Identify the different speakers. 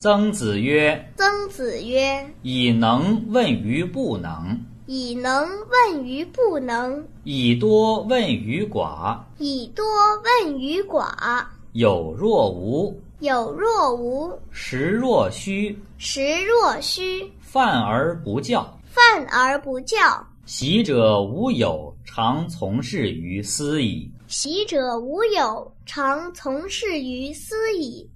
Speaker 1: 曾子曰
Speaker 2: 曾子曰：“
Speaker 1: 以能问于不能，：“
Speaker 2: 以能问于不能，
Speaker 1: 以多问于寡。
Speaker 2: 以多问于寡。
Speaker 1: 有若无，
Speaker 2: 有若无，
Speaker 1: 实若虚，
Speaker 2: 实若虚，
Speaker 1: 泛而不教。
Speaker 2: 泛而不教。
Speaker 1: 习者无有，常从事于斯矣。”
Speaker 2: 习者无有，常从事于斯矣。